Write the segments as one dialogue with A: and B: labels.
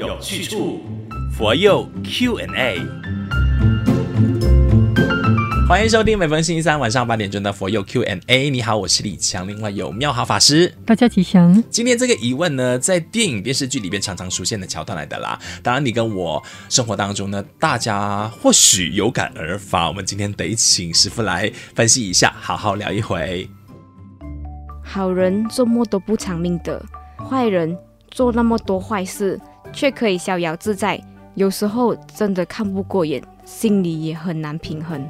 A: 有去处，佛佑 Q&A。欢迎收听每逢星期三晚上八点钟的佛佑 Q&A。你好，我是李强，另外有妙好法师。
B: 大家吉祥。
A: 今天这个疑问呢，在电影电视剧里边常常出现的桥段来的啦。当然，你跟我生活当中呢，大家或许有感而发。我们今天得请师傅来分析一下，好好聊一回。
C: 好人做梦都不偿命的，坏人做那么多坏事，却可以逍遥自在。有时候真的看不过眼，心里也很难平衡。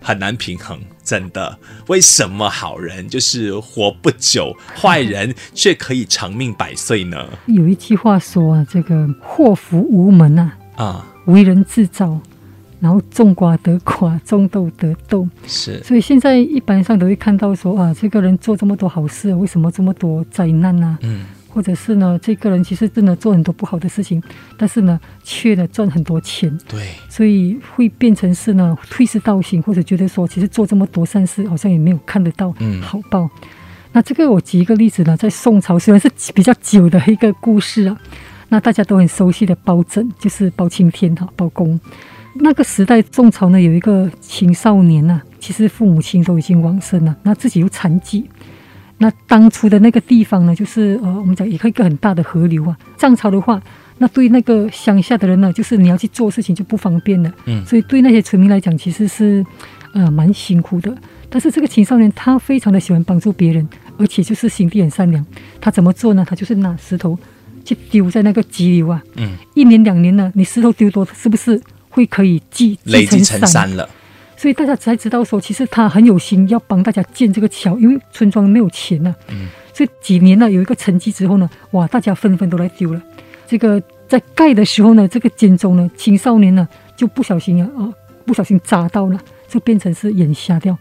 A: 很难平衡，真的。为什么好人就是活不久，坏人却可以长命百岁呢？
B: 有一句话说啊，这个祸福无门啊，
A: 啊、
B: 为人自造，然后种瓜得瓜，种豆得豆。
A: 是
B: 所以现在一般上都会看到说啊，这个人做这么多好事，为什么这么多灾难啊？
A: 嗯，
B: 或者是呢，这个人其实真的做很多不好的事情，但是呢，却呢赚很多钱，
A: 对，
B: 所以会变成是呢退世道行，或者觉得说，其实做这么多善事，好像也没有看得到
A: 嗯
B: 好报。那这个我举一个例子呢，在宋朝虽然是比较久的一个故事啊，那大家都很熟悉的包拯，就是包青天哈、包公。那个时代，宋朝呢有一个青少年呐、其实父母亲都已经往生了，那自己又残疾。那当初的那个地方呢，就是呃，我们讲一个一个很大的河流啊。涨潮的话，那对那个乡下的人呢，就是你要去做事情就不方便了。
A: 嗯
B: 所以对那些村民来讲，其实是呃蛮辛苦的。但是这个青少年他非常的喜欢帮助别人，而且就是心地很善良。他怎么做呢？他就是拿石头去丢在那个急流啊。
A: 嗯，
B: 一年两年呢，你石头丢多，是不是会可以积
A: 累积成山了。
B: 所以大家才知道说，其实他很有心要帮大家建这个桥，因为村庄没有钱呐、
A: 嗯
B: 所以几年呢有一个成绩之后呢，哇，大家纷纷都来丢了。这个在盖的时候呢，这个监中呢，青少年呢就不小心啊啊、不小心扎到了，就变成是眼瞎掉。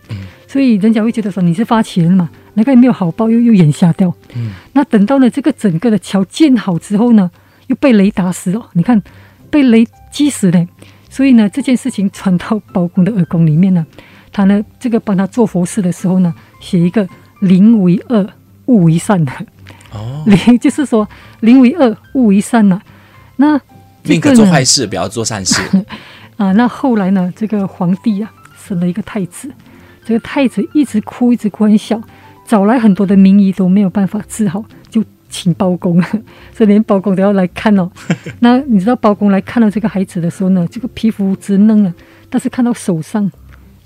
B: 所以人家会觉得说你是发钱嘛，那个也没有好报，又又眼瞎掉。
A: 嗯，
B: 那等到呢这个整个的桥建好之后呢，又被雷打死哦，你看被雷击死嘞。所以呢，这件事情传到包公的耳孔里面呢，他呢这个帮他做佛事的时候呢，写一个临为恶，勿为善的，
A: 哦，
B: 临 就是说临为恶，勿为善呐、那这
A: 宁可
B: 个
A: 做
B: 呢
A: 坏事，不要做善事。
B: 啊，那后来呢，这个皇帝啊生了一个太子，这个太子一直哭，一直哭，很小，找来很多的名医都没有办法治好，就请包公， 所以连包公都要来看哦。那你知道包公来看到这个孩子的时候呢，这个皮肤之嫩啊，但是看到手上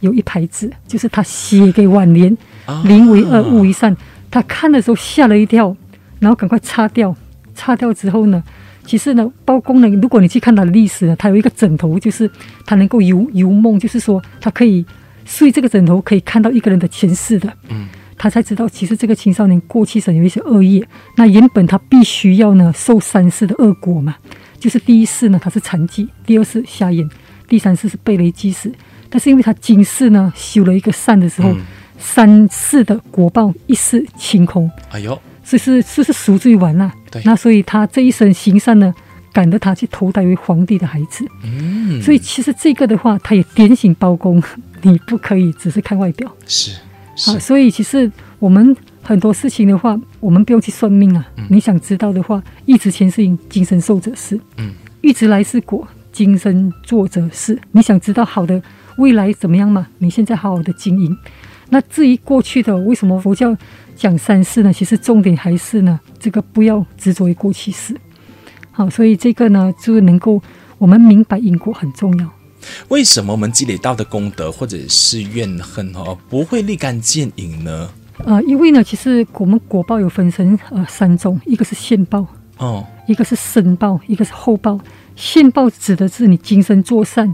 B: 有一排字，就是他写给挽联
A: 啊
B: “临为恶，勿为善”，他看的时候吓了一跳，然后赶快擦掉。擦掉之后呢，其实呢，包公呢，如果你去看他的历史呢，他有一个枕头，就是他能够游游梦，就是说他可以睡这个枕头，可以看到一个人的前世的。
A: 嗯，
B: 他才知道其实这个青少年过去生有一些恶业，那原本他必须要呢受三世的恶果嘛，就是第一世呢他是残疾，第二世瞎眼，第三世是被雷击死。但是因为他今世呢修了一个善的时候，
A: 嗯
B: 三世的果报一世清空，
A: 哎呦，
B: 这是这是赎罪丸呐、
A: 对
B: 啊那所以他这一生行善呢，赶得他去投胎为皇帝的孩子。
A: 嗯，
B: 所以其实这个的话，他也点醒包公， 你不可以只是看外表
A: 是是
B: 啊。所以其实我们很多事情的话，我们不用去算命啊。
A: 嗯
B: 你想知道的话，一直前世因，今生受者是；
A: 嗯，
B: 一直来是果，今生做者是。你想知道好的未来怎么样吗？你现在好好的经营。那至于过去的，为什么佛教讲三世呢？其实重点还是呢，这个不要执着于过去式。好，所以这个呢，就是能够我们明白因果很重要。
A: 为什么我们积累到的功德或者是怨恨哦，不会立竿见影呢？
B: 呃，因为呢，其实我们果报有分成呃三种，一个是现报，
A: 哦，
B: 一个是身报，一个是后报。现报指的是你今生做善，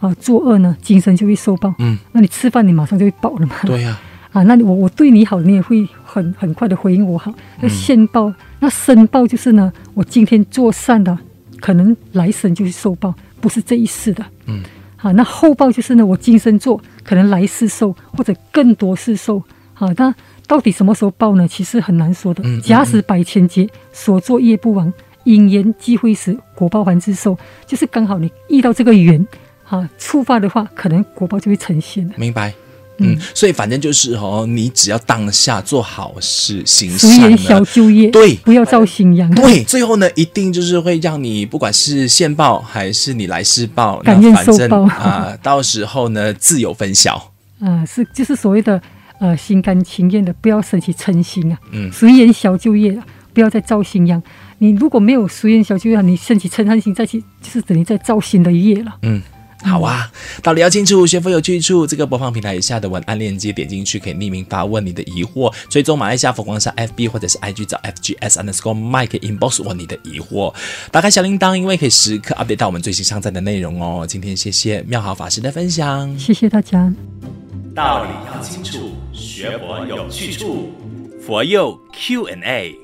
B: 啊、作恶呢，今生就会受报。
A: 嗯，
B: 那你吃饭你马上就会饱了嘛。
A: 对呀、
B: 啊，那你我我对你好，你也会很很快的回应我好。那现报，那身报就是呢，我今天做善的，可能来生就是受报，不是这一世的。
A: 嗯，
B: 啊，那后报就是呢，我今生做，可能来世受，或者更多世受。啊，那到底什么时候报呢？其实很难说的
A: 嗯嗯。
B: 假使百千劫，所作业不亡，因缘际会时，果报还自受。就是刚好你遇到这个缘，啊，触发的话，可能果报就会呈现了。
A: 明白。嗯，所以反正就是哦，你只要当下做好事，行
B: 福
A: 善
B: 言
A: 呢
B: 小，就业，
A: 对
B: 不要造新殃。
A: 对，最后呢，一定就是会让你不管是现报还是你来世报，那
B: 感愿
A: 反
B: 受
A: 正
B: 报
A: 啊、到时候呢自有分晓。
B: 啊、是就是所谓的呃心甘情愿的，不要升起嗔心啊，
A: 嗯
B: 随缘小就业啊，不要再造新殃。你如果没有随缘小就业，你升起嗔恨心，再去就是等于在造新的业了。
A: 嗯，好啊，道理要清楚，学佛有去处。这个播放平台以下的文案链接点进去，可以匿名发问你的疑惑，追踪马来西亚佛光山 FB 或者是 IG 找 FGS underscore Mike inbox 问你的疑惑。打开小铃铛，因为可以时刻 update 到我们最新上载的内容哦。今天谢谢妙好法师的分享。
B: 谢谢大家。
A: 道理要清楚，学佛有去处。佛佑 Q&A。